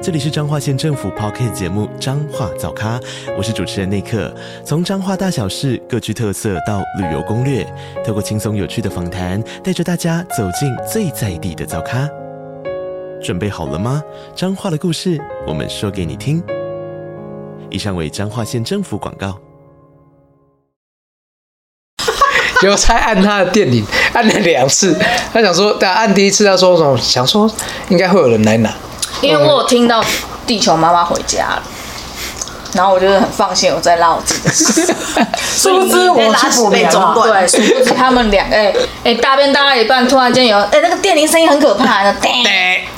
这里是彰化县政府 p o c k t 节目《彰化早咖》，我是主持人内克。从彰化大小事各具特色到旅游攻略，透过轻松有趣的访谈，带着大家走进最在地的早咖。准备好了吗？彰化的故事，我们说给你听。以上为彰化县政府广告。结果才按他的电铃，按了两次。他想说，但按第一次他说什么？想说应该会有人来 拿。因为我有听到地球妈妈回家了，然后我就很放心，我在拉我自己的屎，殊不知我去补被眠中了。 断。对，殊不知他们两哎哎大便大到一半，突然间有哎、那个电铃声音很可怕， 那叮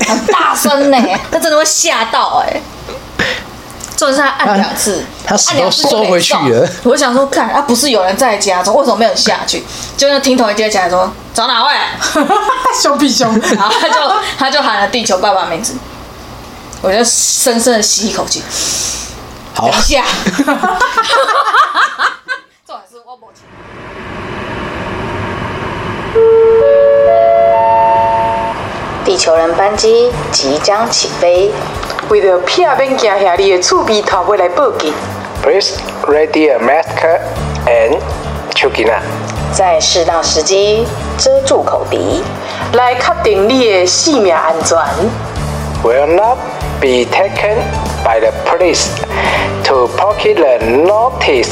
很大声呢、 那真的会吓到哎、重点是他按两啊次，他他按两次就没收回去了中我想说，看啊，不是有人在家中，为什么没有人下去？就那听筒一接起来说找哪位？凶必凶， 然后他就他就喊了地球爸爸名字，我就深深的吸一口气，好啊等一 下。重点是我没钱地球人班机即将起飞。为着避免惊吓你的厝边头尾来报警。 Please ready a mask and chukina. 在适当时机遮住口鼻，来确定你的性命安全。 Will not be taken by the police to pocket the notice.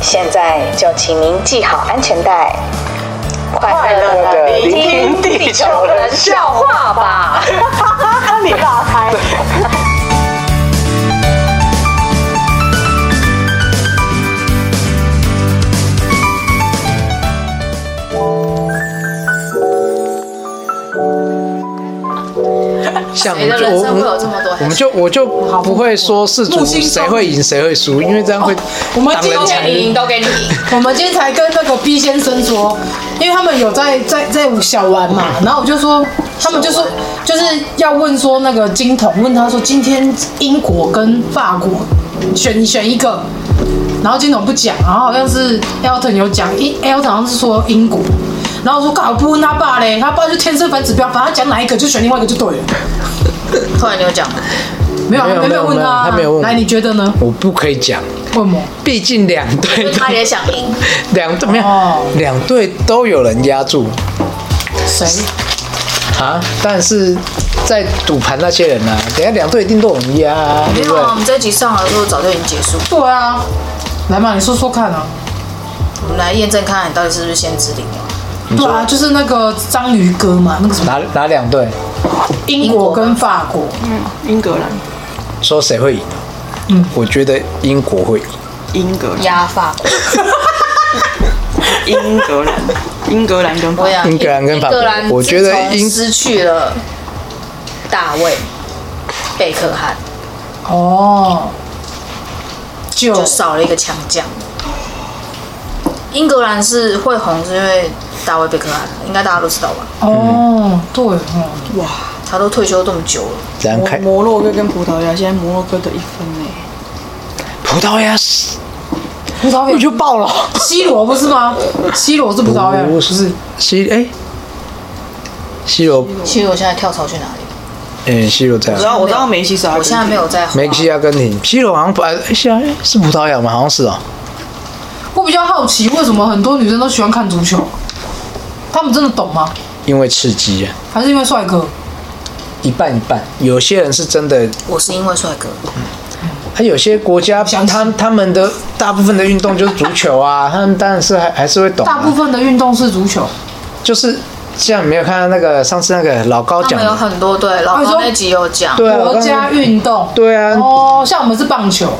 现在就请您系好安全带，快快乐乐地的聆聆听听地地球球人人笑笑话吧。你打开。像我谁的就人我生会有这么多我们就我就不会说是主木星哦谁会赢谁会输，因为这样会我们挡今人天财你赢都给你赢，我们今天才跟那个 B 先生说，因为他们有在在在小玩嘛，然后我就说，他们就说就是要问说那个金童，问他说今天英国跟法国选你选一个，然后金童不讲，然后好像是 Elton 有讲，英 Elton 好像是说英国。然后我说：“干嘛不问他爸嘞？他爸就天生反指标，反正他讲哪一个就选另外一个就对了。突然就 讲了，没有，啊没有没没有问没有他他，没有问来，你觉得呢？我不可以讲，问我，毕竟两队就都他也想赢， 两队没有哦两队都有人压住谁？啊，但是在赌盘那些人啊，等一下两队一定都有人压、啊，对不对？们这一集上来的时候早就已经结束，对啊，来嘛，你说说看啊。”我们来验证看看你到底是不是先知灵了。对啊，就是那个章鱼哥嘛，那个什么哪哪两队英国跟法国，英格兰、说谁会赢？嗯，我觉得英国会赢。英格兰、压法国，英格兰、英格兰跟法我想英格兰跟法国英格兰我觉得英自从失去了大卫贝克汉，哦，就就少了一个强将。英格兰是会红，是因为大卫贝克汉，应该大家都知道吧？嗯哦，对哦，他都退休这么久了，怎样开摩摩洛哥跟葡萄牙，现在摩洛哥得一分呢。葡萄牙葡萄我牙就爆了。 ，C 罗不是吗？C 罗是葡萄牙，不是哦西哎，西罗其实我现在跳槽去哪里？哎，西罗在我知道，我知道梅西是阿根我廷现在没有在梅西、阿根廷，西罗好像不哎西哎是葡萄牙吗？好像是哦。我比较好奇为什么很多女生都喜欢看足球，他们真的懂吗？因为刺激啊，还是因为帅哥？一半一半。有些人是真的，我是因为帅哥，他有些国家相信他他们的大部分的运动就是足球啊， 他们当然是还还是会懂啊、大部分的运动是足球，就是像你没有看到那个上次那个老高他讲们有的，很多对，老高那集有讲，对啊，我国刚家刚运动，对啊哦，像我们是棒球，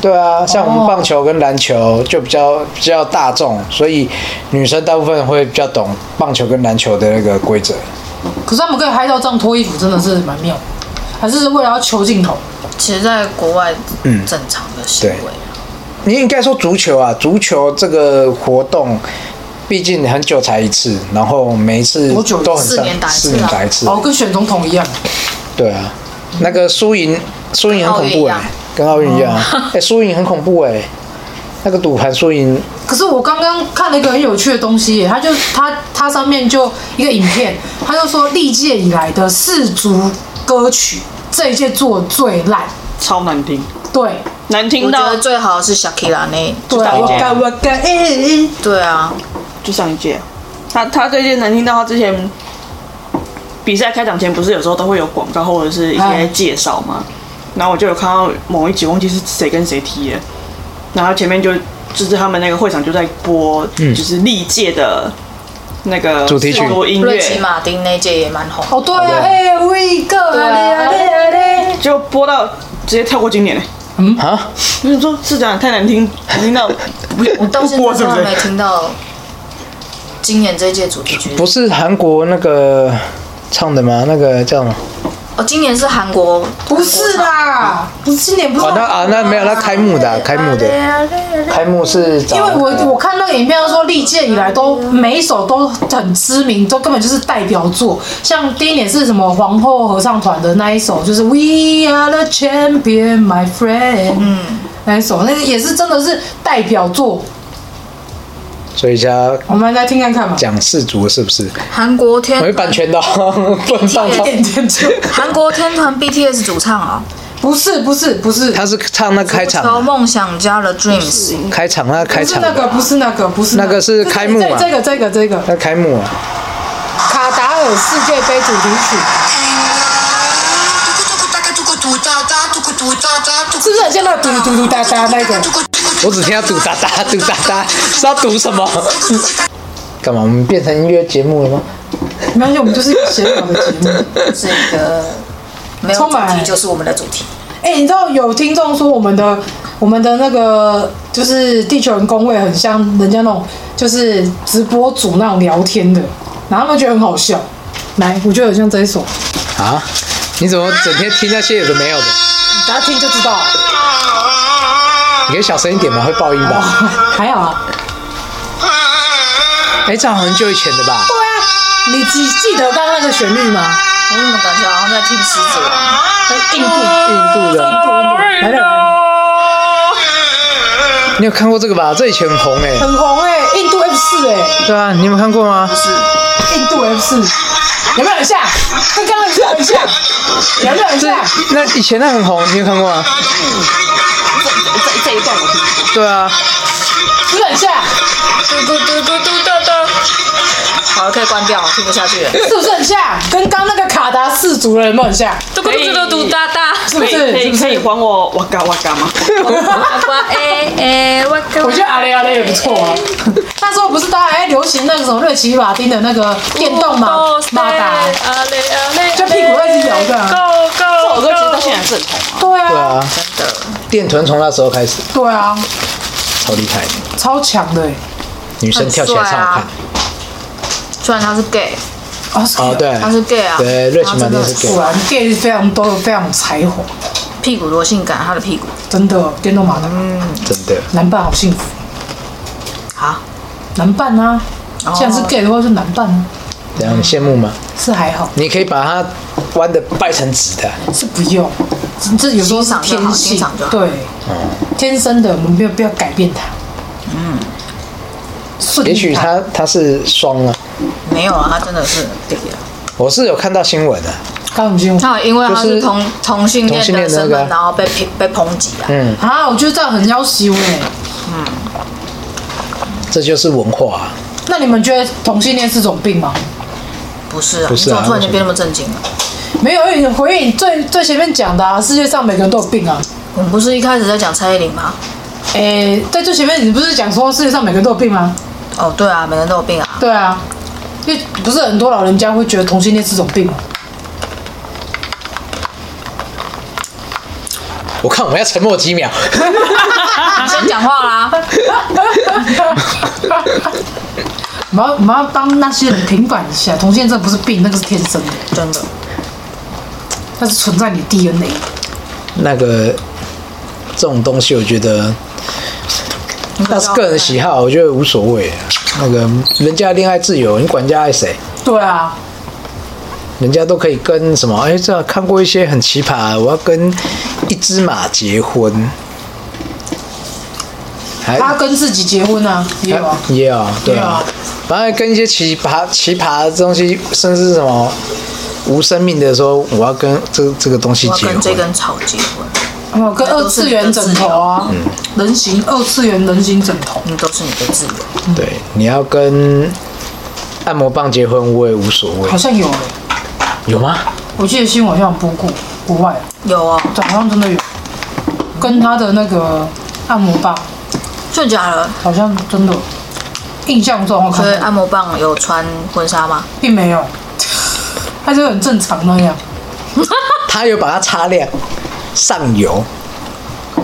对啊，像我哦们棒球跟篮球就比较比较大众，所以女生大部分会比较懂棒球跟篮球的那个规则。可是他们可以嗨到这样脱衣服，真的是蛮妙的，还是为了要求镜头？其实在国外嗯正常的行为。你应该说足球啊，足球这个活动毕竟很久才一次，然后每一次多久都很四年打一次啊四年打一次，哦，跟选总统一样，对啊，那个输赢输赢很恐怖跟奥运一哎、跟奥运样一样啊， 哎，输赢很恐怖哎、那个赌盘输赢可是我刚刚看了一个很有趣的东西耶，他就他他上面就一个影片，他就说历届以来的四足歌曲，这一届做得最烂。超难听，对难听我觉到得最好的是 Shakira 那一对啊，就我大家敢我敢，哎哎对啊，就上一届，他他这届能听到他之前比赛开场前不是有时候都会有广告或者是一些哎介绍吗？然后我就有看到某一集忘记是谁跟谁踢了，然后前面就就是他们那个会场就在播，就是历届的那个主题曲制作音瑞奇乐，马丁那一届也蛮红。哦对啊，哎，We go，啊嘞啊嘞啊嘞，就播到直接跳过今年嘞。啊，我想说，是讲太难听，难听到不我到现不播在是都不还是没？听到今年这一届主题曲。不是韩国那个唱的吗？那个叫什么？哦，今年是韩国，不是啦，不是今年不是哦，那啊，那没有，那开幕的啊、开幕的，开幕是找因为我我看那个影片说，历届以来都每一首都很知名，都根本就是代表作。像第一年是什么皇后合唱团的那一首，就是 We are the champion, my friend，嗯，那一首那个也是真的是代表作。所以家我们来听看看嘛，讲氏族是不是？韩国天我有版权的哦，不能放点他。点就韩国天团 BTS 主唱啊、不是不是不是，他是唱那开场求的，梦想家的 Dreams， 开场那开不是场那个的，不是那个不是那个是开幕嘛这个这个这个这个那开幕啊，卡达尔世界杯主题曲，是不是很像那个嘟嘟嘟哒哒那个？我只听到嘟哒哒嘟哒哒，是要读什么？干嘛？我们变成音乐节目了吗？没关系，我们就是闲聊的节目。是一个没有充主满题就是我们的主题。哎、你知道有听众说我们的我们的那个就是地球人工会很像人家那种就是直播组那种聊天的，然后他们觉得很好笑。来，我觉得很像这一首，啊？你怎么整天听那些有的没有的？大家听就知道了。你可以小声一点吗？会爆音哦，吧？还好啊。哎、这好像很久以前的吧？对啊，你记记得刚刚那个旋律吗？我怎么感觉好像在听狮子王？印度，印度的，来了，来了你有看过这个吧？这以前很红哎、很红哎、印度 F 四哎、对啊，你有没有看过吗？印度 F 四，有没有很像？跟刚刚是很像，有没有很像？那以前那很红，你有看过吗？这这一段我听过。对啊，是不是很像？嘟嘟嘟嘟嘟嘟嘟。好了，可以关掉，听不下去了。是不是很像？跟刚那个卡达氏族人有没有很像？嘟嘟嘟嘟嘟哒哒。是不可以可是？以可以还我哇嘎哇嘎吗？哎哎，我我觉得阿雷阿雷也不错啊。那时候不是大家还在流行那个什么瑞奇马丁的那个电动马哦马达，阿雷阿雷，就屁股会一直摇的啊。 Go go。这首歌其实到现在还是很红。对对啊，啊，真的。电臀从那时候开始对啊，超厉害，超强的欸女生跳起来超好看。虽然他是 gay，啊！是哦，对，他是 gay 啊。对，瑞奇马丁是果 gay，然 gay 非常多，非常有才华，屁股多性感，他的屁股。真的电动马达，真的。男伴好幸福，好，男伴啊！既然是 gay 的话，就男伴啊，怎样？你羡慕吗？是还好，你可以把它弯的掰成直的，是不用。这这有时候是欣赏就好天欣性赏就，好对，哦天生的，我们没有必要改变它。嗯，顺也许应它。它它是双啊。没有啊，他真的是 gay 啊。我是有看到新闻的，啊高永军，他有因为他就是是同同性同恋性的恋的那身个啊份，然后被抨被抨击啊。嗯，啊，我觉得这样很要羞哎。这就是文化啊。那你们觉得同性恋是种病吗？不是啊，不是啊你怎么突然间变那么啊震惊了？没有，因为你回应最最前面讲的啊，世界上每个人都有病啊。我们不是一开始在讲蔡依林吗？诶，在最前面你不是讲说世界上每个人都有病吗？哦，对啊，每个人都有病啊。对啊，因为不是很多老人家会觉得同性恋是种病吗？我看我们要沉默几秒，你先讲话嗯啦，我们要我们要帮那些人平反一下，同性恋这不是病，那个是天生的，真的。那是存在你的 DNA。那个这种东西，我觉得那是个人喜好，我觉得无所谓啊。那个人家恋爱自由，你管人家爱谁？对啊，人家都可以跟什么？哎，这看过一些很奇葩的，我要跟一只马结婚，还他跟自己结婚啊，也有啊，也有啊，对也有啊啊，反正跟一些奇葩奇葩的东西，甚至什么无生命的说，我要跟这这个东西我结要跟婚，这根草结婚，哦，跟二次元枕头啊，人形二次元人形枕头，嗯，都是你的自由。对，你要跟按摩棒结婚，我也无所谓好，像有诶、有吗？我记得新闻好像有播过国外，有哦，对好像真的有，跟他的那个按摩棒真的假的？好像真的有，印象中我看所以过按摩棒有穿婚纱吗？并没有，他就很正常那样，他有把它擦亮，上油。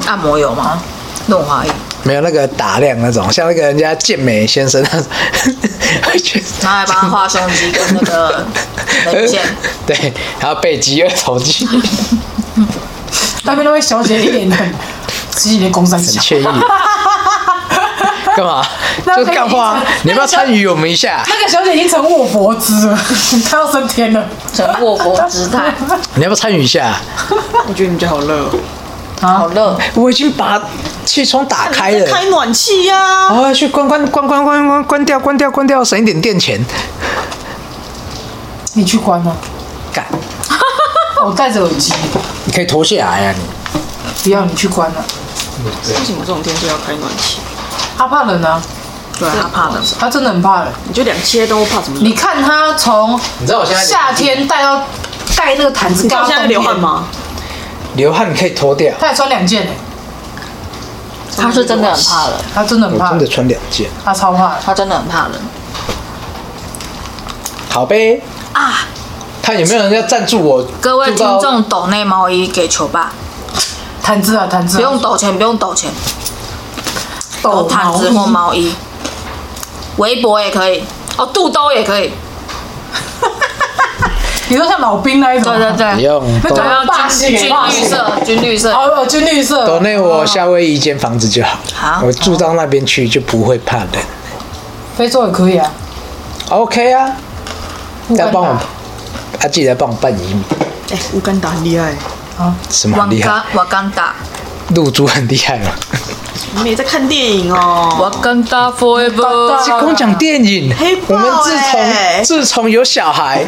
按摩有吗？啊润滑液，没有那个打亮那种，像那个人家健美先生那种， 会觉得拿来帮他画胸肌跟那个人线。对，然后背肌、二头 肌，很那边那位小姐一脸很，自己的公山小，惬意。干嘛？那就可以干话啊那个，你要不要参与我们一下？那个小姐已经成卧佛姿了， 她要升天了整卧佛姿态，你要不要参与一下？我觉得你们家好热哦，啊好热，我已经把气窗打开在开了，暖气呀、我要去关关关关关关关掉关掉关掉，省一点电钱。你去关啊，干，我戴着耳机，你可以脱下来呀、啊，你不要你去关啊，为什么这种天气要开暖气？她怕冷啊，对，他怕冷。她真的很怕冷。你就两切都怕什么冷？你看她从你知道我现在夏天带到盖那个毯子，你盖到到现在冬流汗天？吗？流汗可以脱掉，她也穿两件欸他是真的很怕冷，她真的很我怕哦真的，穿两件，她超怕的。他真的很怕冷。好呗。啊！看有没有人要赞助我？各位住听到众，抖内毛衣给球爸，毯子啊，毯子啊，不用抖钱，不用抖钱，抖抖毯子或毛衣，围脖也可以，哦，肚兜也可以。你说像老兵那一种对啊，对对，啊不用那抖种霸气军给霸绿气，色，军绿色。哦哦，军绿色，岛内我夏威夷一间房子就好，好我住到那边去就不会怕冷。非洲也可以啊， OK 啊，要帮我乌干啊，记得帮我办移民，哎、乌干达很厉害，什么瓦很厉害？干瓦干达，露珠很厉害吗？你们也在看电影哦。瓦干达 forever。跟我讲电影黑豹，我们自欸从自从有小孩，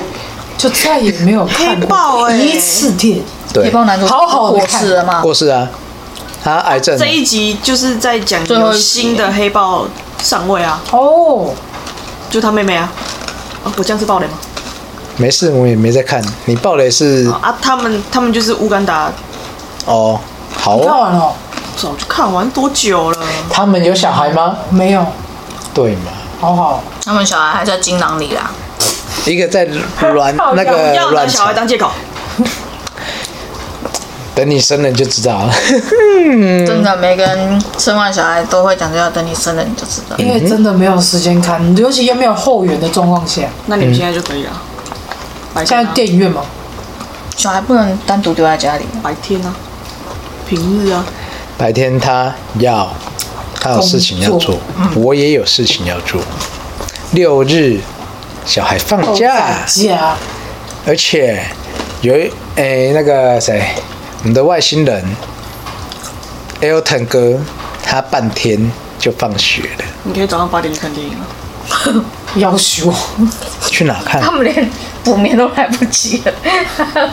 就再也没有看欸过黑豹哎、一次电影。对黑，帮男主好好地过看世了吗？过世啊，他癌症这，一集就是在讲最后有一集新的黑豹上位啊，哦，就他妹妹啊。啊，我这样是暴雷吗？没事，我也没在看。你爆雷是啊，他们他们就是乌干达，哦，好看哦，完了早就看完多久了？他们有小孩吗？没有？对嘛，好好，他们小孩还在金囊里啦，一个在卵那个要拿卵小巢孩，当借口，等你生了你就知道了。 嗯真的，每个人生完小孩都会讲，就要等你生了你就知道。嗯因为真的没有时间嗯看，尤其又没有后援的状况下，那你们现在就可以了。啊白现天、在啊，电影院嘛，小孩不能单独丢在家里，白天啊，平日啊，白天他要，他有事情要工做作，我也有事情要做。六日小孩放假在，家而且有一诶、那个谁，我们的外星人 Elton 哥，他半天就放学了，你可以早上八点去看电影啊。要求去哪看他？们 连补眠都来不及 了，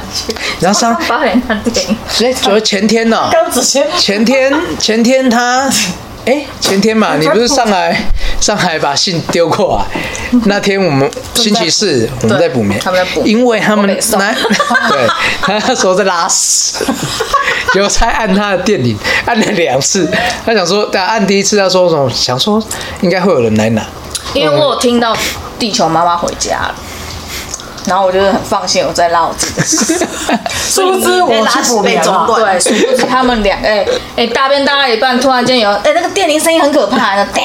然后上八点看电影，所以昨前天哦呢、刚直接前天前天他，哎、前天嘛，你不是上来上海把信丢过来？那天我们星期四我们在补眠，他们在补因为他们我北宋来， 对，他那时候在拉屎，有才按他的电铃，按了两次，他想说，但按第一次他说什么？想说应该会有人来拿，因为我有听到地球妈妈回家了。然后我就是很放心，我在拉我自己的屎。殊不知我去补眠啊中了，对，断殊不知他们两哎哎大便大到一半，突然间有哎、那个电铃声音很可怕，那叮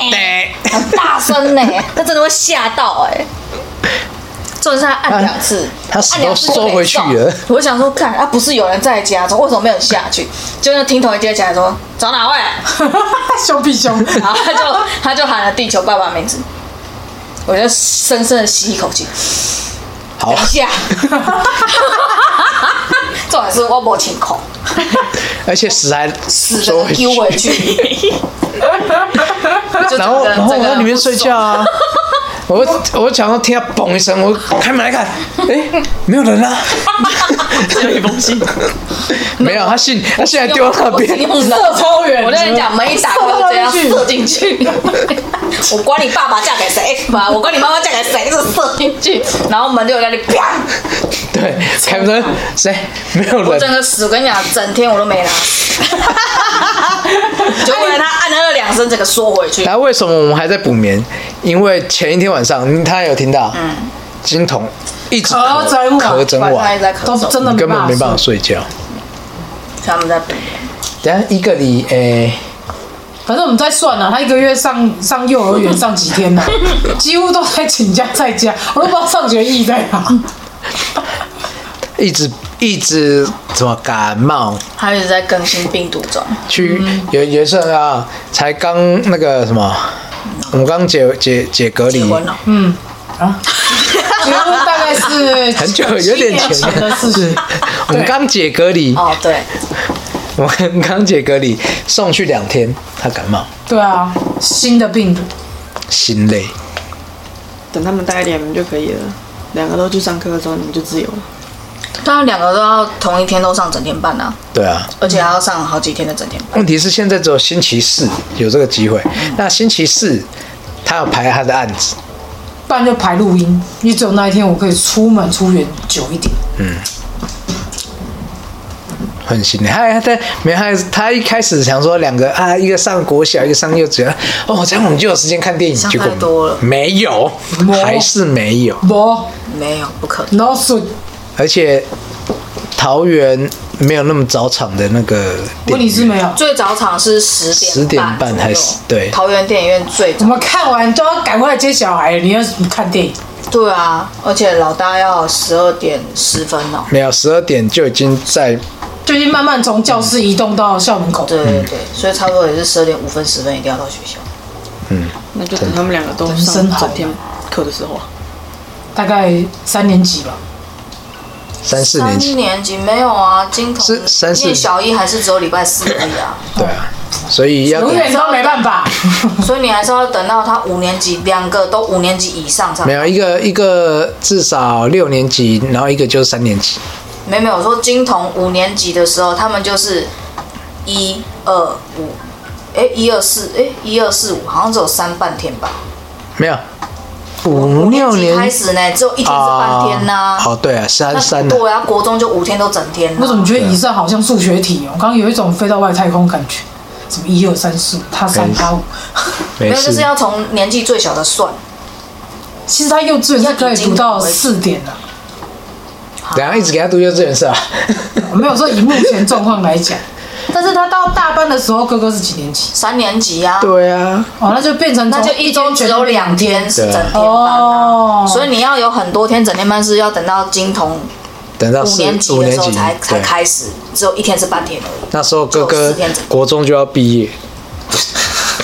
很大声呢、那真的会吓到哎、重点是他按两次，啊他他按两次就没收回去了中我想说，看啊，不是有人在家中，为什么没有下去？就那听筒一接起来说找哪位， 凶屁凶， 然后他就他就喊了地球爸爸名字，我就深深的吸一口气，好等一下。 重点是我没情口，而且屎还死收着回丢回去，去，就整然后个然后整我个在里面睡觉啊。我我想要听到嘣一声，我开门来看，哎、没有人 啊，只有一封信，没有，他信他信还 丢到那啊边，用射超远。我跟你讲，门一打开 我就这样射进去。 我管你爸爸嫁给谁，妈，我管你妈妈嫁给谁，就射进去。然后门就在那里啪，对，开门谁没有我整人，个死。我跟你讲，整天我都 没拉屎。结果他按了两声，整个缩回去。然后为什么我们还在补眠？因为前一天晚上他有听到，金童一直咳整晚咳整晚上一直在晚，咳都嗽，真的你根本没办法睡睡觉。他们在补眠。等一下一个礼，哎、反正我们在算啊，他一个月上上幼儿园上几 天呢、几乎都在请假在家，我都不知道上学意义在哪。一直一直怎么感冒？他一直在更新病毒种，去有有一次啊，才刚那个什么，我们刚解解解隔离结，婚了，结婚大概是 很久七有点年前前的事情， 我们刚解隔离，哦对， 我们刚解隔离，送去两天，他感冒，对啊，新的病毒，心累。等他们大一点你们就可以了。两个都去上课的时候，你们就自由了。他们两个都要同一天都上整天班啊，对啊，而且还要上好几天的整天班。问题是现在只有星期四有这个机会，那星期四他有排他的案子，不然就排录音，因为只有那一天我可以出门出远久一点。很心累。他他没有他他一开始想说两个啊，一个上国小，一个上幼稚园，哦，这样我们就有时间看电影，想结果太多了没有，还是没有。不，没有，不可能。然后说，而且桃园没有那么早场的那个问电题是影没有，最早场是十点10点半左右还是对桃园电影院最我早。们看完都要赶快来接小孩，你要怎么看电影？对啊，而且老大要十二点十分哦。没有十二点就已经在最近慢慢从教室移动到校门口，对对嗯对，所以差不多也是十二点五分十分一定要到学校。那就等他们两个都上真好整天课的时候啊。大概三年级吧。三四年三级，年级没有啊，金童是三四念小一还是只有礼拜四而已啊，对啊，所以要永远都没办法，所以你还是要等到他五年级，两个都五年级以上上没。有一个一个至少六年级，然后一个就是三年级，没有没有，我说金童五年级的时候，他们就是一二五，哎一二四，哎一二四五，好像只有三半天吧。没有五六五年级年开始呢，只有一天是半天呐、哦，对啊，三那啊三的对啊，国中就五天都整天、啊。我怎么觉得以上好像数学题哦？我刚刚有一种飞到外太空感觉，什么一二三四，他三他五。没没有，就事是，要从年纪最小的算。 其实他幼稚园是可以读到四点的、然后一直给他读幼稚园是吧？ 我没有说以目前状况来讲。 但是他到大班的时候，哥哥是几年级？三年级啊，对啊，哦，那就变成那就从一周只有两天是整天班、啊，哦，所以你要有很多天整天班是要等到金童等到五四年级五的年时候级才才对，开始，只有一天是半天而已。那时候哥就哥四天整国中就要毕业，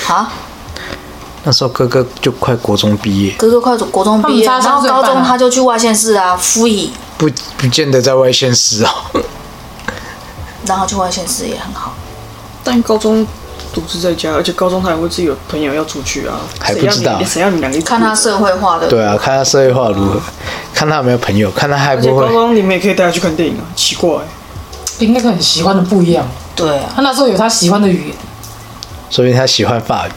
啊，那时候哥哥就快国中毕业，哥哥快国中毕业，他然们差三后岁半啊高中他就去外县市啊，复乙，不不见得在外县市哦。然后去外县市也很好。但高中独自在家，而且高中他也会自己有朋友要出去啊，还不谁要知道你谁要你们两个一起看他社会化的，对啊，看他社会化如何，看他有没有朋友，看他还而且不高会。中你们也可以带他去看电影啊，奇怪、应该跟很喜欢的不一样。对啊，他那时候有他喜欢的语言，说明他喜欢法语。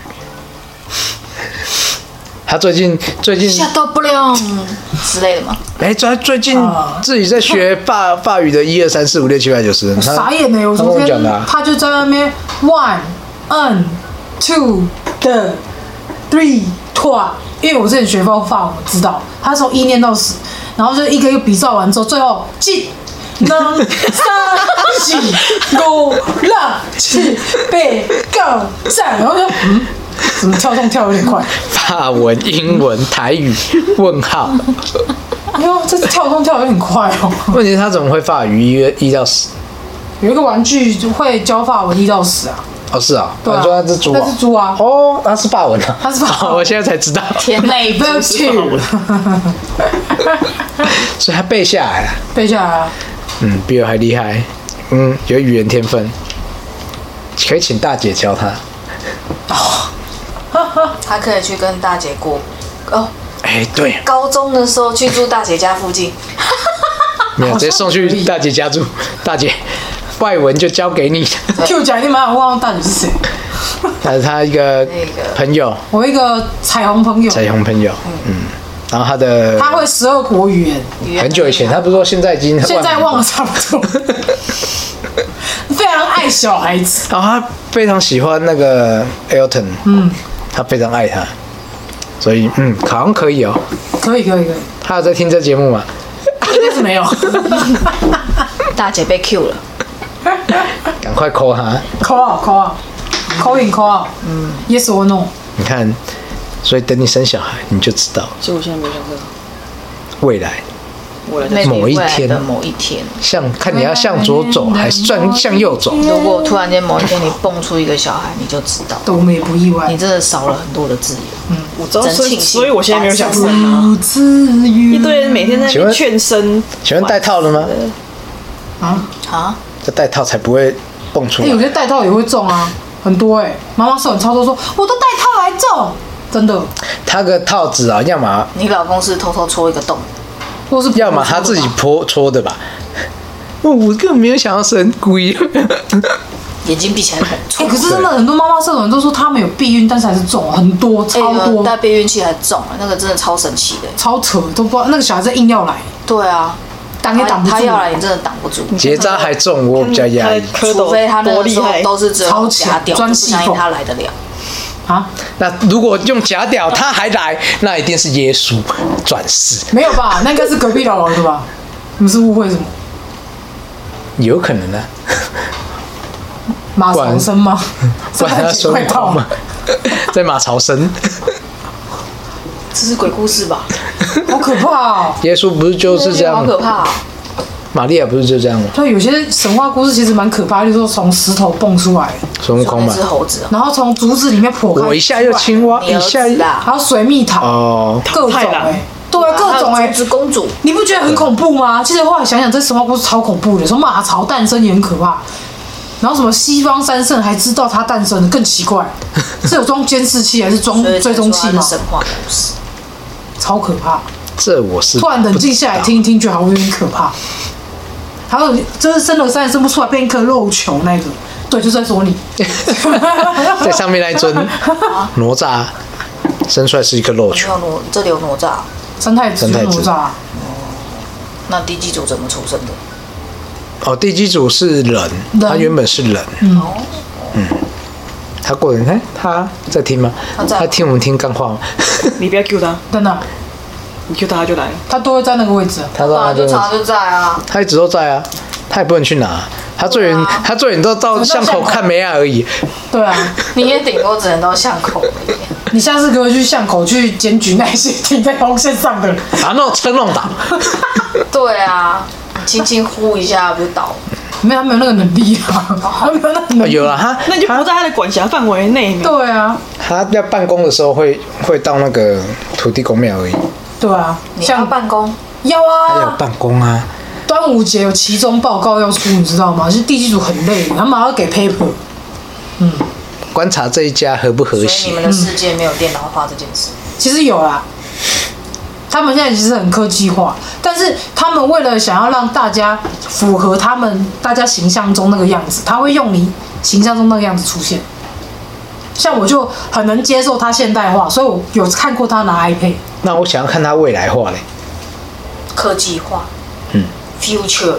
他最近最近吓到不了嗯之类的嘛。哎，他最近啊自己在学法法语的一二三四五六七八九十。他傻眼呢、欸我他跟昨我天讲的啊他就在那边 one n two 的 three two，因为我之前学过法文，我知道他从一念到十，然后就一个一个比照完之后，最后进。能三四五六七八九十，然后就嗯，怎么跳动跳有点快？法文、英文、台语，问号。哎呦，这跳动跳有点快哦。问题是他怎么会法语一一到十？因有一个玩具会教法文踢到死啊，哦，是啊，对啊你说那只猪啊，那只猪啊哦，那是霸文啊，它是霸文我现在才知道，美不去所以他背下来了，背下来啊，嗯，比我还厉害，嗯，有语言天分，可以请大姐教他，他可以去跟大姐过。哦，哎，对，高中的时候去住大姐家附近，没有直接送去大姐家住，大姐。外文就交给 你， 就讲你蛮好忘了到底是谁，他是他一个那个朋友，我一个彩虹朋友，彩虹朋友，嗯，然后他的他会十二国语 言，很久以前，他不是说现在已经现在万忘了差不多，非常爱小孩子，然后哦他非常喜欢那个 Elton，嗯，他非常爱他，所以嗯，好像可以哦。可以可以可以，他有在听这节目吗？应该是没有， 大姐被 Q 了，赶快 call 他，扣啊扣啊，扣影扣啊，嗯，yes or no，你看，所以等你生小孩你就知道所以我现在没有想这个，未来我来再那某一天的某一天，向看你要向左走还是向向右走。如果突然间某一天你蹦出一个小孩，你就知道，我们也不意外你，真的少了很多的自由。我知道，所真以庆幸所以我现在没有想生啊。不至于一堆人每天嗯在那请问边劝生，请问戴套了吗？啊，这戴套才不会蹦出哎、有来。些带套也会中啊，很多哎、妈妈是很操作说，我都带套来中，真的，他个套子啊，要么你老公是偷偷戳一个洞，或是要么他自己搓搓的吧。哦我根本没有想要生 龟。眼睛闭起来很哎、戳，可是真的很多妈妈社团都说她们有避孕，但是还是中很多，超哎多，带避孕器还中了，那个真的超神奇的。超扯，都不知道那个小孩子硬要来，对啊，挡也挡不住他要来你真的挡不住，结扎还重，我比较他压 在抑。蝌除非他蚪那多个厉时候害，都是只超有强假掉，专不系相信缝他来得了。啊，那如果用假屌他还来，那一定是耶稣转世，没 有吧？那应该是隔壁老王的吧？你们是误会什么？有可能啊，马长生吗？不然他孙悟圣诞节快到空嘛了，， 在马槽生。这是鬼故事吧？ 好可怕哦！耶稣不是就是这样好，可怕、哦！玛利亚不是就这样吗？对，有些神话故事其实蛮可怕，就是说从石头蹦出来，孙悟空那嘛只，猴子、哦，然后从竹子里面破开，我一下又青蛙，你一儿下子又啦，还有水蜜桃，哦，各种太郎哎、对啊，各种哎、还有竹子公主，你不觉得很恐怖吗？其实后来想想，这神话故事超恐怖的，说马槽诞生也很可怕。然后什么西方三圣还知道它诞生的，更奇怪，是有装监视器还是装所以才哦追踪器说它吗是？神话故事，超可怕！这我是突然冷静下来听一听，觉得好像有点可怕。还有就是生了三生不出来变一颗肉球那个，对，就是在说你。在上面那一尊哪吒生出来是一颗肉没球，有哪这里有哪吒，三太子三就太是子哪吒，啊那地基主怎么出生的？哦，地基主是人，他原本是人，嗯，他过人，哎，他在听吗？他在他听我们听干话吗？你不要 Q 他，真的，你 Q 他他就来了。他都会在那个位置。啊他说他就真的常常就在啊，他一直都在啊，他也不能去拿。他最远，他最远都到巷口看梅亚而已。对啊， 你也顶多只能到巷口而已。你下次可不可以去巷口去检举那些 停在红线上的人？把那种车弄倒，对啊，你轻轻呼一下不就倒了？没有，他没有那个能力啊，哦他没有那个能力。哦有啊了他，那就不在他的管辖范围内。对啊，他要办公的时候会会到那个土地公庙而已。对啊，你要像办公，要他有啊，办公啊，端午节有期中报告要出，你知道吗？其实地基组很累，他们还要给 paper。观察这一家合不和所以你谐们。的世界没有电脑化这件事。其实有啦，他们现在其实很科技化，但是他们为了想要让大家符合他们大家形象中那个样子，他会用你形象中那个样子出现。像我就很能接受他现代化，所以我有看过他拿 iPad。那我想要看他未来化嘞，科技化，嗯，future，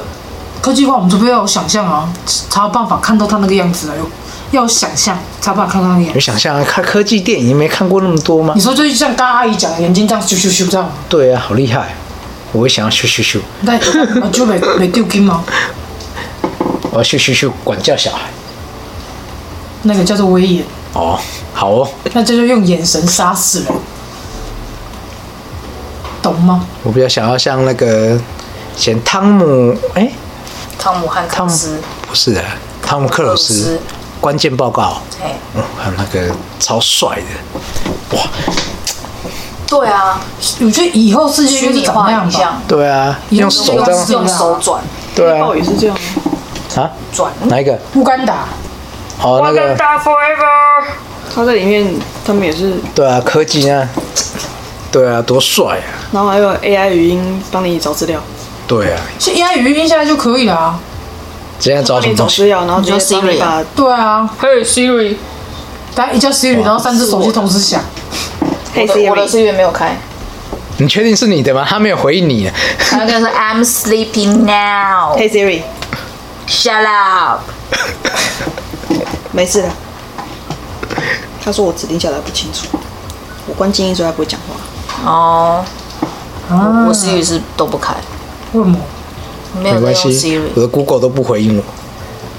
科技化，我们除非要有想象啊，才有办法看到他那个样子啊，有要有想象才有办法看到那个样你子。想象啊，看科技电影没看过那么多吗你？说就是像刚刚阿姨讲的，眼睛这样咻咻咻这样，对啊，好厉害！我也想要咻咻咻，那那就没没丢金吗？我要咻咻咻管教小孩。那个叫做威严，哦，好哦，那这就用眼神杀死人，懂吗？我比较想要像那个以前汤姆，哎、汤姆汉克汤姆斯，不是的，汤姆克鲁克鲁斯斯，关键报告，嘿嗯，还有那个超帅的，哇，对啊，我觉得以后世界虚就是拟长化那样影吧。像，对啊，用手这样，用手转对啊哦，，也是这样。啊，转，哪一个？乌干达，哦，那个，他在里面，他们也是，对啊，科技啊，对啊，多帅啊，然后还有 AI 语音帮你找资料，对啊，现在 AI 语音现在就可以了啊。今天找帮什么你找东资西？料，然后直接帮你你说 Siri 啊把对啊，嘿 Siri，大家一叫 Siri，然后三只手机同时响。 Hey 我的 Siri， Siri 没有开，你确定是你的吗？他没有回应你，啊他跟说 I'm sleeping now， Hey Siri， shut up，没事的。他说我指令下来不清楚，我关静音所以他不会讲话。哦，我 Siri 是都不开，为什么？没没有在关用系 Siri，，我的 Google 都不回应我，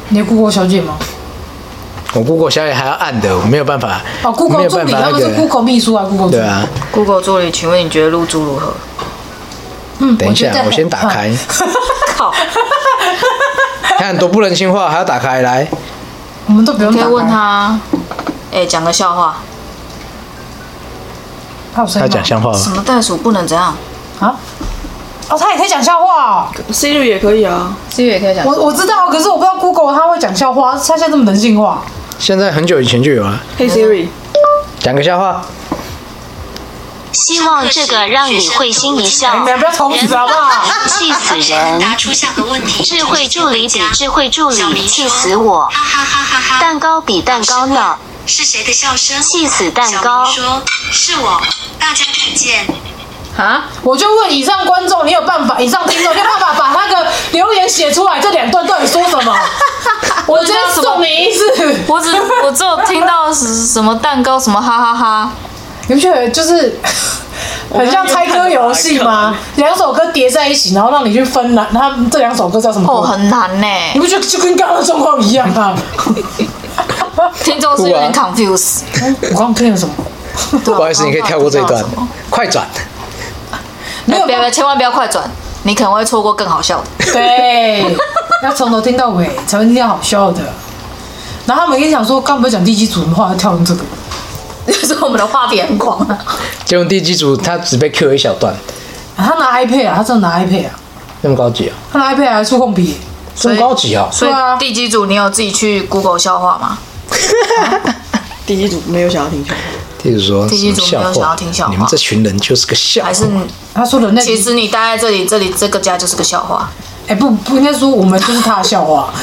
你的 Google 小姐吗？我 Google 小姐还要按的，我没有办法，哦没，Google 有助办理，法他那们是个， Google 秘书啊，Google 助对理。啊， Google 助理，请问你觉得入住如何？嗯，等一下觉得，很我先打开，靠，看多不人性化，还要打开来，我们都不用可打以开。问他，哎，讲个笑话，他有声他音吗讲笑话什吗？么袋鼠不能怎样啊？哦，他也可以讲笑话、哦。 Siri 也可以啊， ？Siri 也可以讲，我我知道，可是我不知道 Google 他会讲笑话，他现在这么人性化。现在很久以前就有了， Hey Siri，讲个笑话，希望这个让你会心一笑哎你。们不要捅死好不 好？气死人！答出下个问题。智慧助理比智慧助理气死我！哈哈哈哈哈！蛋糕比蛋糕闹。是谁的笑声？气死蛋糕！说是我，大家再见。啊，我就问以上观众，你有办法？以上听众，你有办法把那个留言写出来？这两段到底说 什么？我今天送你一次。我只我只有听到什什么蛋糕什么哈哈哈，你不觉得就是 很像猜歌游戏吗？两首歌叠在一起，然后让你去分哪，他们这两首歌叫什么歌？哦，很难呢。你不觉得就跟刚刚的状况一样啊吗？听众是有点 confused，我刚刚听了什么？不好意思，你可以跳过这一段啊我刚刚不知道，快转，没有，不要不要，千万不要快转，你可能会错过更好笑的。对，要从头听到尾才会听到好笑的。然后他们跟你讲说，刚不是讲第几组的话，跳成这个。 就是我们的话题很广啊。结果第几组他只被 Q 一小段，啊他拿 iPad 啊，他真的拿 iPad 啊，那么高级啊，他拿 iPad 还触控笔。这么高级啊，所以对啊第几组你有自己去 Google 笑话吗？第一组没有想要听笑话，例如说第什一么组笑没有想要听笑话，话你们这群人就是个笑话还，是他说的那其实你待在这里，这里这个家就是个笑话？哎、不不应该说我们就是他的笑话。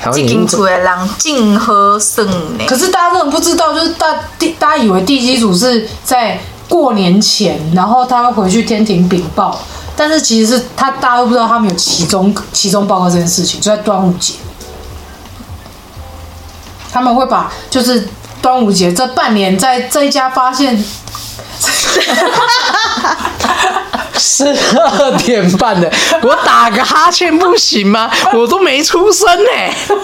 台湾这人金主的人静喝胜呢可？是大家真的不知道，就是大第大家以为地基组是在过年前，然后他会回去天庭禀报，但是其实是他大家都不知道他们有期中期中报告这件事情，就在端午节，他们会把就是端午节这半年在这一家发现十二点半的，我打个哈欠不行吗？我都没出欸声呢、刚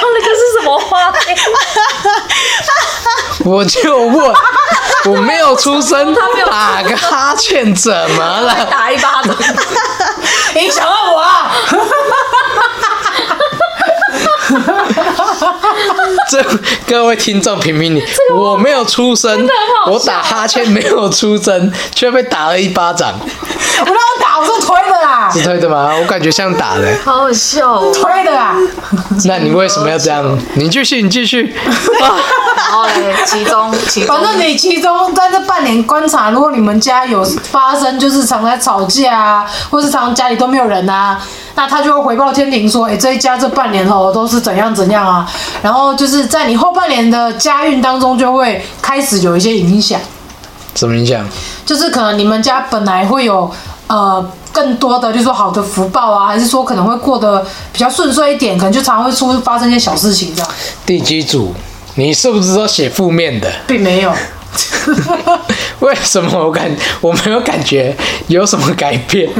刚那个是什么话题？我就问，我没有出声，打个哈欠怎么了？打一巴掌，影响到我啊，这各位听众评评理，我没有出声，我打哈欠没有出声，却被打了一巴掌，我让我打，我是推的啦，是对的吗？我感觉像打的，好 好笑哦。推的啦，那你为什么要这样？你继续，你继续。啊然后嘞，其中其中反正哦你其中在这半年观察，如果你们家有发生就是常在吵架啊，或是常常家里都没有人啊，那他就会回报天庭说，哎、这一家这半年哦都是怎样怎样啊，然后就是在你后半年的家运当中就会开始有一些影响，什么影响？就是可能你们家本来会有呃更多的，就是说好的福报啊，还是说可能会过得比较顺遂一点，可能就常会出发生一些小事情这样，第几组？你是不是都写负面的？并没有。 为什么我感我没有感觉有什么改 变？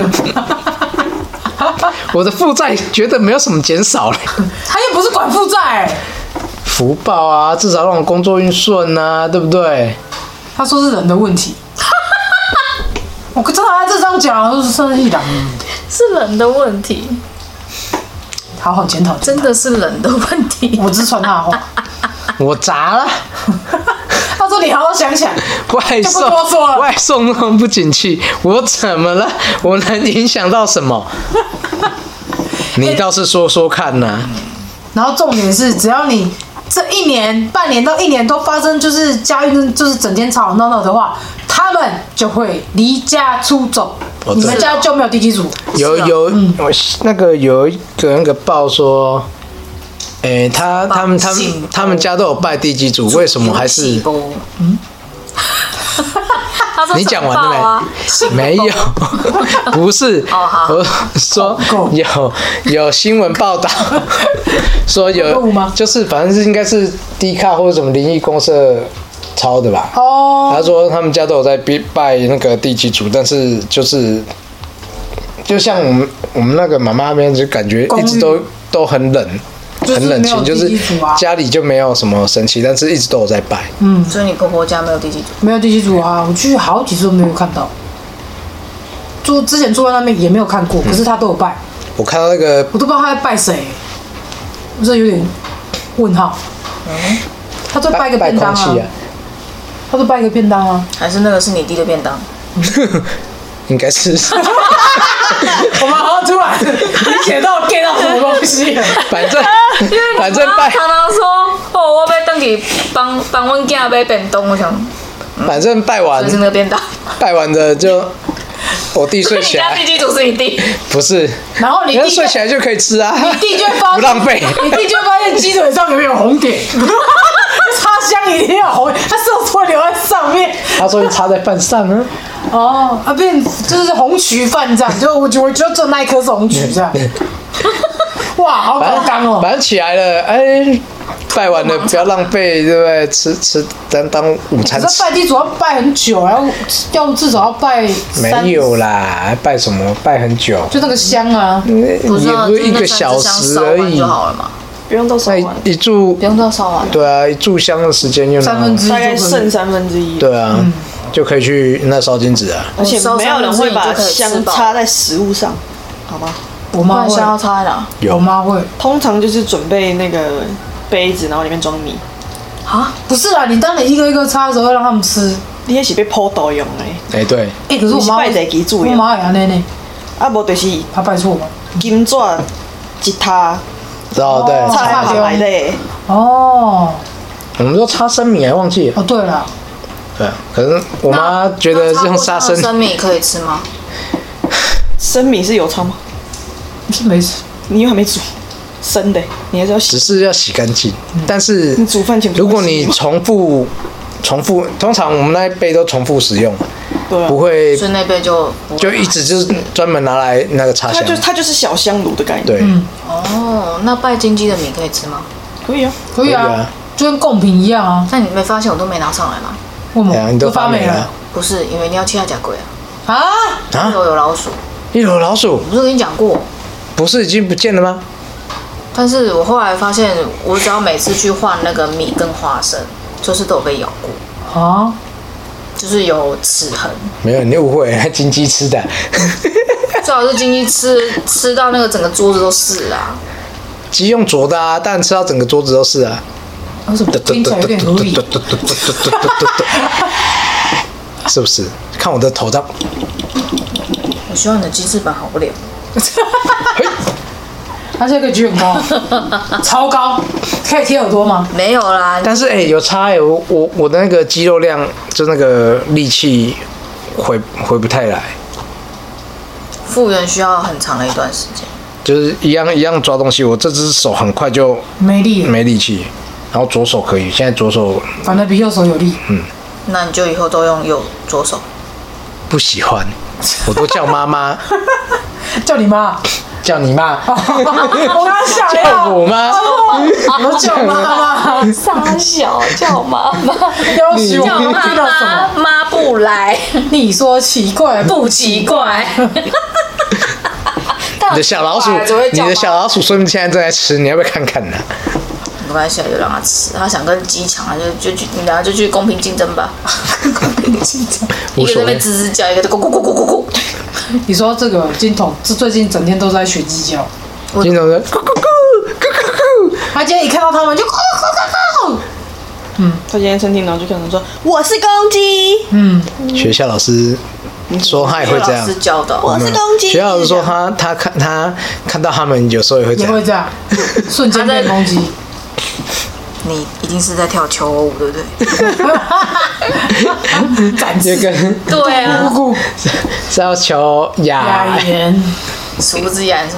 我的负债觉得没有什么减少了，他又不是管负债、福报啊，至少让我工作运顺啊，对不对？他说是人的问题。我真的他这样讲，他说是生意党的问题。是人的问题，好好检讨，真的是人的问题。我只传他的 话，我砸了，他说你好好想想，外就不送多说了外送那么不景气，我怎么了？我能影响到什 么？你倒是说说看呐、然后重点是，只要你这一年、半年到一年都发生就是家运就是整天吵吵闹闹的话，他们就会离家出走，哦你们对家就没有地基组。有啊有，嗯我那个有一个那个报说，诶、他他们他们他们家都有拜地基主，为什么 还是他说 你讲完怎么报了啊？ 没？没有，不是。哦好我说有有新闻报 道说有购物吗，就是反正是应该是低卡或者什么灵异公社抄的吧。哦，他说他们家都有在拜拜那个地基主，但是就是就像我们我们那个妈妈那边，就感觉一直都都很冷。就是很冷清，没有就是地基主啊嗯家里就没有什么神奇，但是一直都有在拜。所以你婆婆家没有地基主，没有地基组啊，我去好几次都没有看到。住之前住在那边也没有看过，可是他都有拜，我看到那个我都不知道他在拜谁，我这有点问号。他都拜一个拜便当空气啊，啊，他都拜一个便当啊。还是那个是你弟的便当？应该是我们好像突然理解到 get 到什么东西啊了。反正反正拜常常说哦，我被登记帮帮阮囝买便当，我想反正拜完就是那个便当。拜完的就我 弟睡你起家地来，基主是你弟，不是， 然后你人家弟就睡起来就可以吃啊，弟就会发不浪费。你弟就会发现鸡腿上有没有红点， 插香一定要红，他手会留在上面。他说你插在饭上啊，哦，啊变就是红曲饭这样，就我觉我觉得就那一颗是红曲 这样。哇，好反高正纲哦！反正起来了，哎，拜完了不要浪费，对不对？吃吃当当午餐可吃是。拜地主要拜很久，然后要至少要拜三没有，啦，拜什么？拜很久，就那个香啊，也不是啊是一就个是那小整只时香而烧完已就。好了嘛，不用到烧那完，一炷不，用到烧完。对啊，一炷香的时间就三分之一大概就可剩以。三分之一。对啊，就可以去那烧金纸啊。哦而且没有人会把香插在食物上，好吧？我不妈然会，香要插在哪？有我妈会。通常就是准备那个杯子，然后里面装米。不是啊，你当你一个一个插的时候，会让他们吃。你迄是被剖刀用的，哎，对，哎、可是我妈你是拜地基主我的妈也安尼呢，啊无就是她拜错嘛。金纸吉他知道对。哦插下来的，哦，我们说擦生米还忘记了，哦对了，对啊。可是我妈觉得用杀生哦那生米可以吃吗？生米是有插吗？是没事，你又还没煮，生的，你还是要洗只。是要洗干净。但是你煮饭前不会如果你重复重复，通常我们那一杯都重复使用，对啊不会所以那杯就不就一直就是专门拿来那个插它香就。嗯它就是小香炉的概念。对，哦。那拜金鸡的米可以吃吗？可以啊，可以可以啊啊，就跟贡品一样啊。但你没发现我都没拿上来吗？为什对啊，么？你都都发发霉霉了了不是，因为你要切下甲龟啊，啊？一啊！楼有老鼠，一楼老鼠我不是跟你讲过。不是已经不见了吗？但是我后来发现，我只要每次去换那个米跟花生，就是都有被咬过，啊？就是有齿痕。没有，你误会，金鸡吃的。最好是金鸡吃吃到那个整个桌子都是啦。鸡用啄的啊，但吃到整个桌子都是啊。为什么听起来有点合理？是不是？看我的头上，我希望你的鸡翅膀好不了。它现在可以举很 高，超高，可以贴耳朵吗？没有啦，但是哎、有差哎、我我我的那个肌肉量，就那个力气回回不太来，复原需要很长的一段时间。就是一样一样抓东西，我这只手很快就没力了，没力气，然后左手可以，现在左手反正比右手有力。嗯那你就以后都用右左手。不喜欢，我都叫妈妈， 叫你妈，叫你妈，我刚想叫要，我妈，我叫妈妈，傻小叫妈妈，要求我叫们妈听到什么？妈，妈不来你说奇怪不？不奇怪。你的小老鼠，你的小老鼠说明现在正在吃，你要不要看看呢、没关系啊，就让他吃。他想跟鸡抢，啊他就就去，你俩就去 公平竞争吧。公平竞争，无一个在所那谓边吱吱叫，一个在咕咕咕咕咕咕。你说这个金童，这最近整天都在学鸡叫，金童说咕咕咕咕咕咕，他今天一看到他们就咕咕咕咕咕，他今天生气，然后就跟我说：“我是公 鸡，学校老师说他也会这样老师，教的，我是公鸡。”学校老师说他他看他看到他们有时候也会这也样会，这样，瞬间被攻击。你一定是在跳求偶舞，对不对？展就示跟对啊，姑是要求雅雅言，殊不知依然是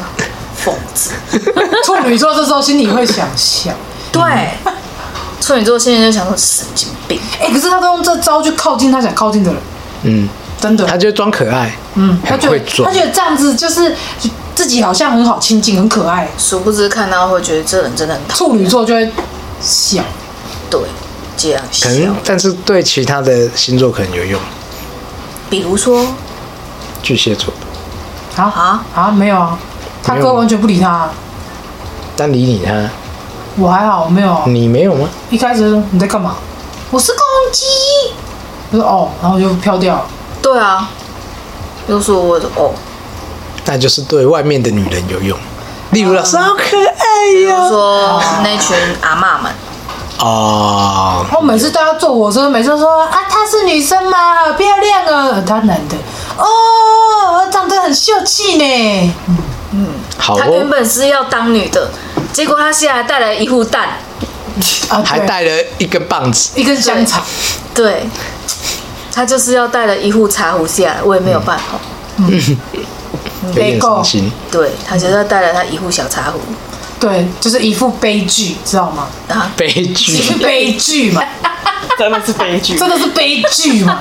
疯子。处女座这时候心里会想笑。对，处女座现在就想说神经病，哎、可是他都用这招去靠近他想靠近的人，嗯，真的，他就装可爱，嗯，他很觉会得他装觉，得这样子就是自己好像很好亲近，很可爱。殊不知看到会觉得这人真的很讨处女座就会想，对，这样可笑。能但是对其他的星座可能有用，比如说巨蟹座，啊啊啊，没有啊，他没哥有完全不理他啊、但理你他，我还好，我没有啊。你没有吗？一开始就说你在干嘛？我是公鸡。我说哦，然后就飘掉了。对啊，又说我哦，那就是对外面的女人有用，例如老师好可比爱如哟、说那群阿嬷们，啊哦，然后每次都要坐火车，每次都说啊，她是女生吗？好漂亮哦，她男的哦，长得很秀气呢。好她原哦，本是要当女的，结果她现在带来一户蛋，啊，还对带了一根棒子，一根香肠，对，她就是要带了一户茶壶下来，我也没有办法。有点伤心。对，她就是要带了她一户小茶壶对，就是一副悲剧，知道吗？啊，悲剧 是，悲剧嘛，真的是悲剧。真的是悲剧嘛。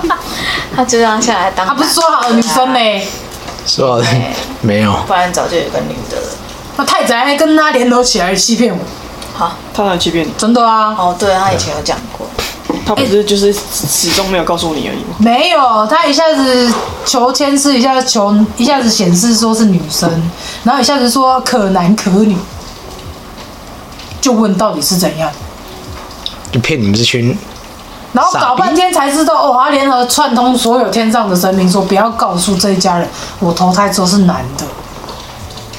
她就让下来当他蛋。不是说好的女生没，说好的没有，不然早就有一个女的了。那太宰还跟他联合起来欺骗我，他很欺骗你，真的啊？哦，对，她以前有讲过，他不是就是始终没有告诉你而已吗？没有，他一下子求签字，一下子求，一下子显示说是女生，然后一下子说可男可女，就问到底是怎样，就骗你们这群然后搞半天才知道哦，他联合串通所有天上的神明，说不要告诉这一家人，我投胎之后是男的。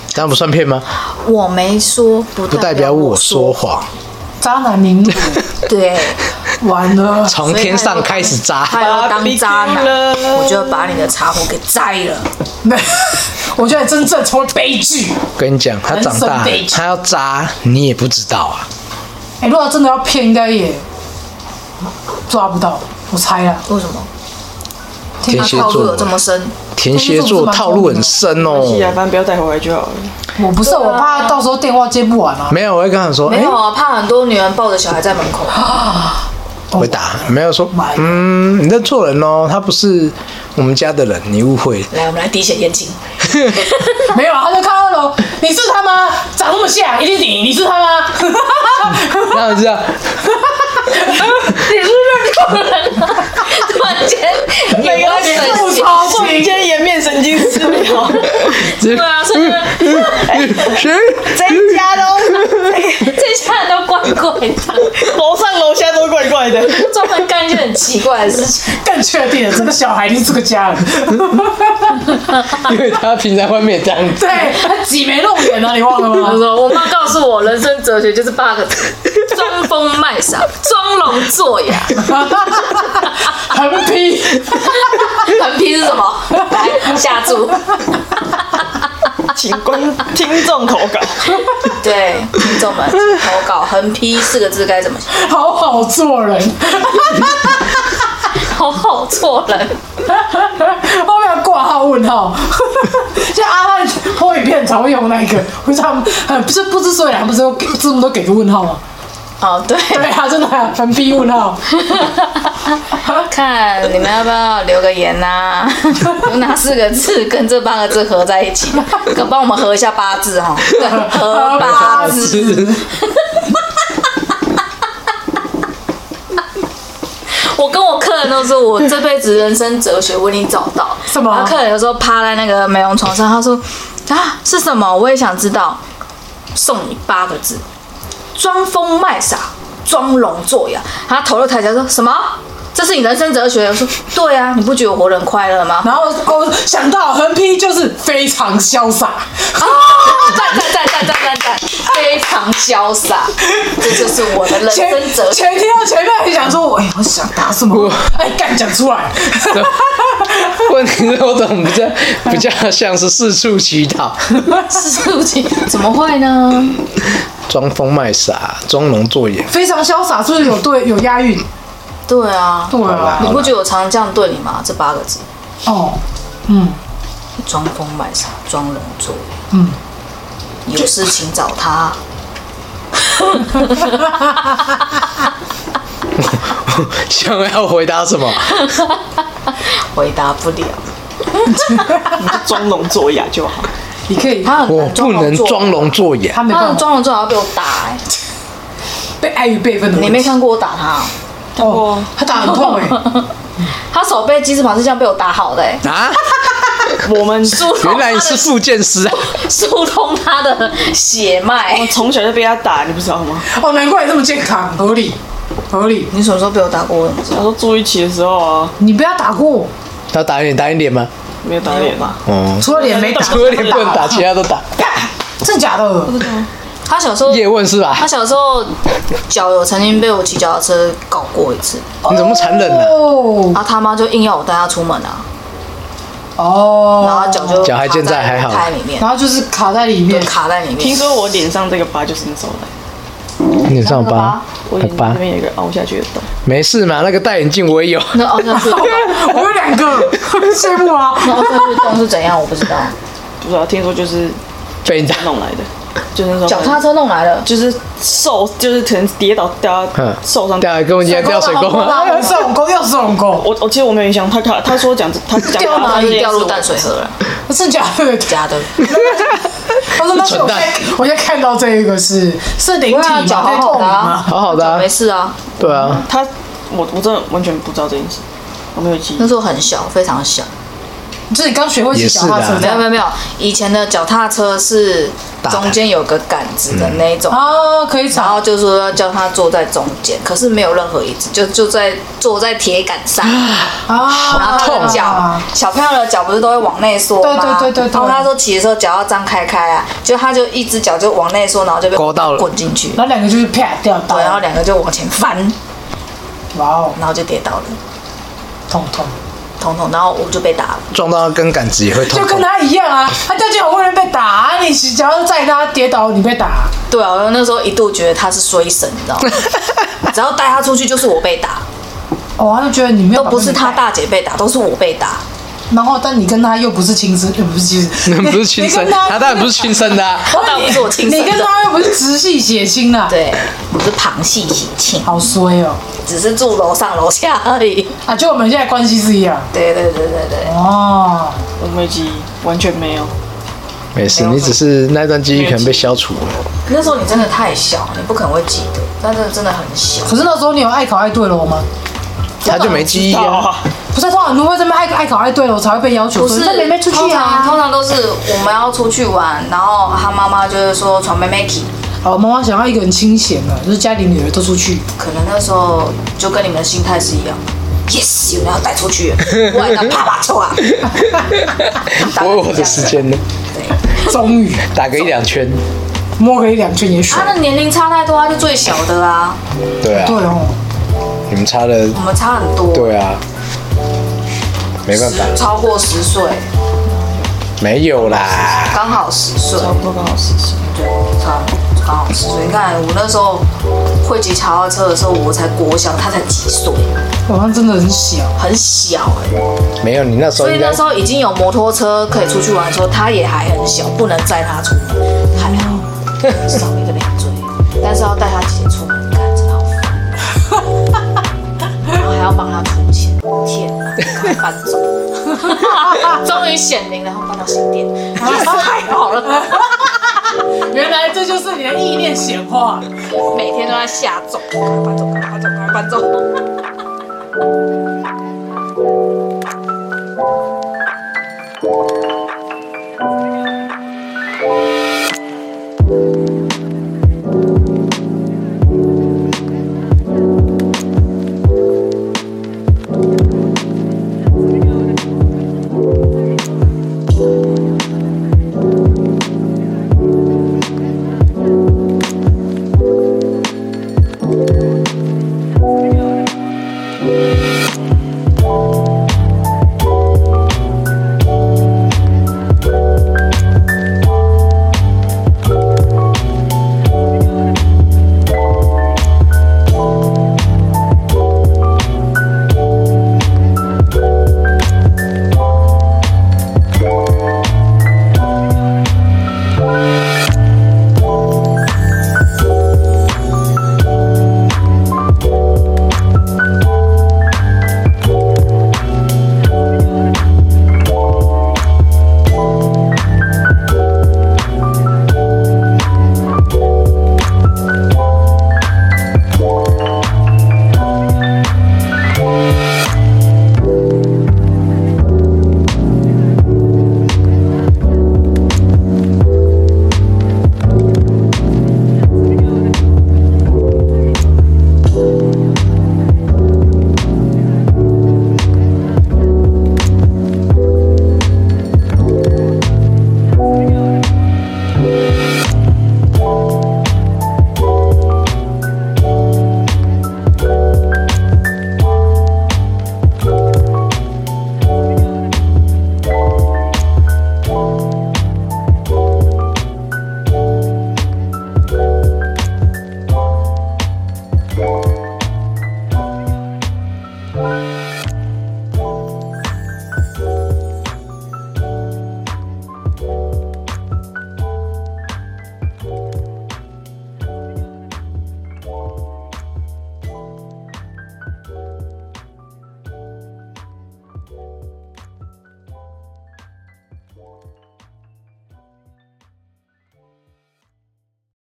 这样不算骗吗？我没说，不不代表我说谎，渣男名录对，完了，从天上开始她扎，要当渣男 Barbecue 了，我就把你的茶壶给摘了。没，我觉得真正成为悲剧。跟你讲，他长大人生悲剧他要扎，你也不知道啊。哎、如果真的要骗，应该也抓不到，我猜啦。为什么？天蝎套路座有这，么深？天蝎座套路很深既然哦。啊反正不要带回来就好了。我不是，我怕到时候电话接不完啊。没有，我会跟他说，没哎，有啊，怕很多女人抱着小孩在门口。回答没有说 My，God 嗯，你认错人哦，他不是我们家的人，你误会。来，我们来滴血验亲。 没有啊，他就看到楼，你是他吗？长那么像，一定是你，你是他吗？那我知道，你是认错人了，突然间眼花水不性。超情，天颜面神经失 调，对啊，所以谁？这家都这家人都怪怪的，楼上楼下都怪怪的。专门干一些很奇怪的事情。 更确定了，这个小孩就是个家人。 因为他平常外面也这样子，对，他挤眉弄眼啊，你忘了 我吗？说，我妈告诉我，人生哲学就是八个字：装疯卖傻、装聋作哑。很屁，横批是什么？来哎下注。请观听众投稿，对，听众们请投稿，横批四个字该怎么写？好好做人。 好好做人。后面有挂号问号， 像阿汉播影片常会用那个，我他们呃不是不知所以然，不是都给字幕都给个问号吗？哦，对。对啊，真的啊很逼问号。看你们要不要留个言呐、 有哪四个字跟这八个字合在一起？可帮我们合一下八字哈、哦，对，合八字。 我跟我客人都说，我这辈子人生哲学我已经找到。什么然后客人有时候趴在那个美容床上，他说啊是什么？我也想知道。送你八个字：装疯卖傻，装聋作哑。他头都抬起来说什么？这是你人生哲学。”我说：“对啊，你不觉得我活得很快乐吗然后我想到横批就是非常潇洒，？” 啊，赞赞赞赞赞赞赞，非常潇洒，这就是我的人前生哲学。前听到前面很想说，我哎、我想打什么？哎，干讲出来， 问题是我怎么比较比较像是四处乞讨，是不起，怎么会呢？装疯卖傻，装聋作哑。 非常潇洒，是不是有对有押韵？对啊，对啊，你不觉得我常常这样对你吗？这八个字，哦，装疯卖傻，装聋作哑。嗯，有事情找他。想要回答什么？回答不了，你就装聋作哑就好。你可以，他很我难不能装聋作哑。他没他办能法装聋作哑要被我打哎、被爱与辈分的你问没题。看过我打他、哦？哦，他打 很痛哎，他手被鸡翅膀是这样被我打好的、欸，啊！我们原来你是复健师啊！疏通他的血我脉。从小就被他打，你不知道吗？哦，难怪你这么健康，合理，合理。你什么时候被我打过？我也不知道小时候住一起的时候啊，你被他打过，他打你打你脸吗？没有打脸啊吧？哦，除了脸 没打，除了脸不 能打，其他都打。真假的？他小时候，叶问是吧他？小时候脚有曾经被我骑脚踏车搞过一次，你怎么残忍啊呢？哦然后他妈就硬要我带他出门啊，哦，然后脚就脚还健在还好胎里面然后就是卡在里面，卡在里听面。说我脸上这个疤就是你手来，脸上有疤，我有眼睛疤这，边有一个凹下去的洞。没事嘛。那个戴眼镜我也有，那凹下去的洞， 我有两个， 羡慕啊！那凹下去的洞是怎样？我不知道。不知道，听说就是被 你打。弄来的，就是说 脚踏车弄来了，就是受，就是可能跌倒掉嗯，受伤。掉跟我一样掉水沟啊！又是龙沟，又是龙沟，我我其实我没有印象，他他他说讲他 讲掉哪里？掉入淡水河河。了，是假的。假的。他说：“但是我现在我现在看到这一个是是灵不会啊体脚好嘛，在好痛的啊吗？好好的啊没，事啊，对啊，他我我真的完全不知道这件事，我没有记忆那。时候很小，非常小。就是你刚学会骑脚踏车这没有样没有没有，以前的脚踏车是大的中间有个杆子的那一种，啊，可以然查后就说要叫他坐在中间，可是没有任何椅子，就就在坐在铁杆上，啊，然后他的脚小朋友的脚不是都会往内缩吗？对对对对对然后他说骑的时候脚要张开开啊，就他就一只脚就往内缩，然后就被勾到了滚进去，然后两个就是啪掉倒对，，然后两个就往前翻，哇哦，然后就跌倒了，痛痛，统统，然后我就被打了，撞到跟杆子也会痛就。跟他一样啊，他掉进好多人被打啊，你只要载他跌倒，你被打，对啊，我那时候一度觉得他是衰神，你知道 吗？只要带他出去就是我被打，哦，他就觉得你没有都把不是他妹妹带，大姐被打，都是我被打。然后但你跟他又不是亲生，又呃不是亲 生，不是亲你生，跟他他当然不是亲生的啊。当然不是我亲生你的跟他又不是直系血亲啊，，对，我是旁系血亲，好衰哦，只是住楼上楼下而已。啊，就我们现在关系是一样，对对对对对，哦，我没有记忆，完全没有。没事，你只是那段记忆可能被消除了。那时候你真的太小，你不可能会记得，但真的真的很小。可是那时候你有爱考爱对楼吗？他就没记忆啊，啊，不是，通常都会这边爱爱考爱对了，我才会被要求不说是带妹妹出通去常啊。通常都是我们要出去玩，然后他妈妈就会说传妹妹去。哦，妈妈想要一个人清闲的，就是家里女儿都出去，可能那时候就跟你们的心态是一样。Yes，有人要带出去了，我来当爸爸抽啊！ 我有我的时间呢，终于打个一两圈。摸个一两圈也爽他。的年龄差太多，他是最小的啊，对啊对，哦，你们差了，我们差很多，对啊，没办法，十超过十岁，没有啦。刚好十岁，差不多刚好十岁。对，差刚好十岁。你看我那时候会骑脚踏车的时候，我才国小，他才几岁，好像真的很小，很小哎、没有，你那时候所以应该那时候已经有摩托车可以出去玩的时候，他也还很小，不能载他出门，还好，少一个两岁，但是要带他姐出门，干真的好烦，然后还要帮他出钱，天哪，赶快搬走，终于显灵，然后搬到新店，太好了，原来这就是你的意念显化。每天都在下咒，赶快搬走，赶快搬走，赶快搬走。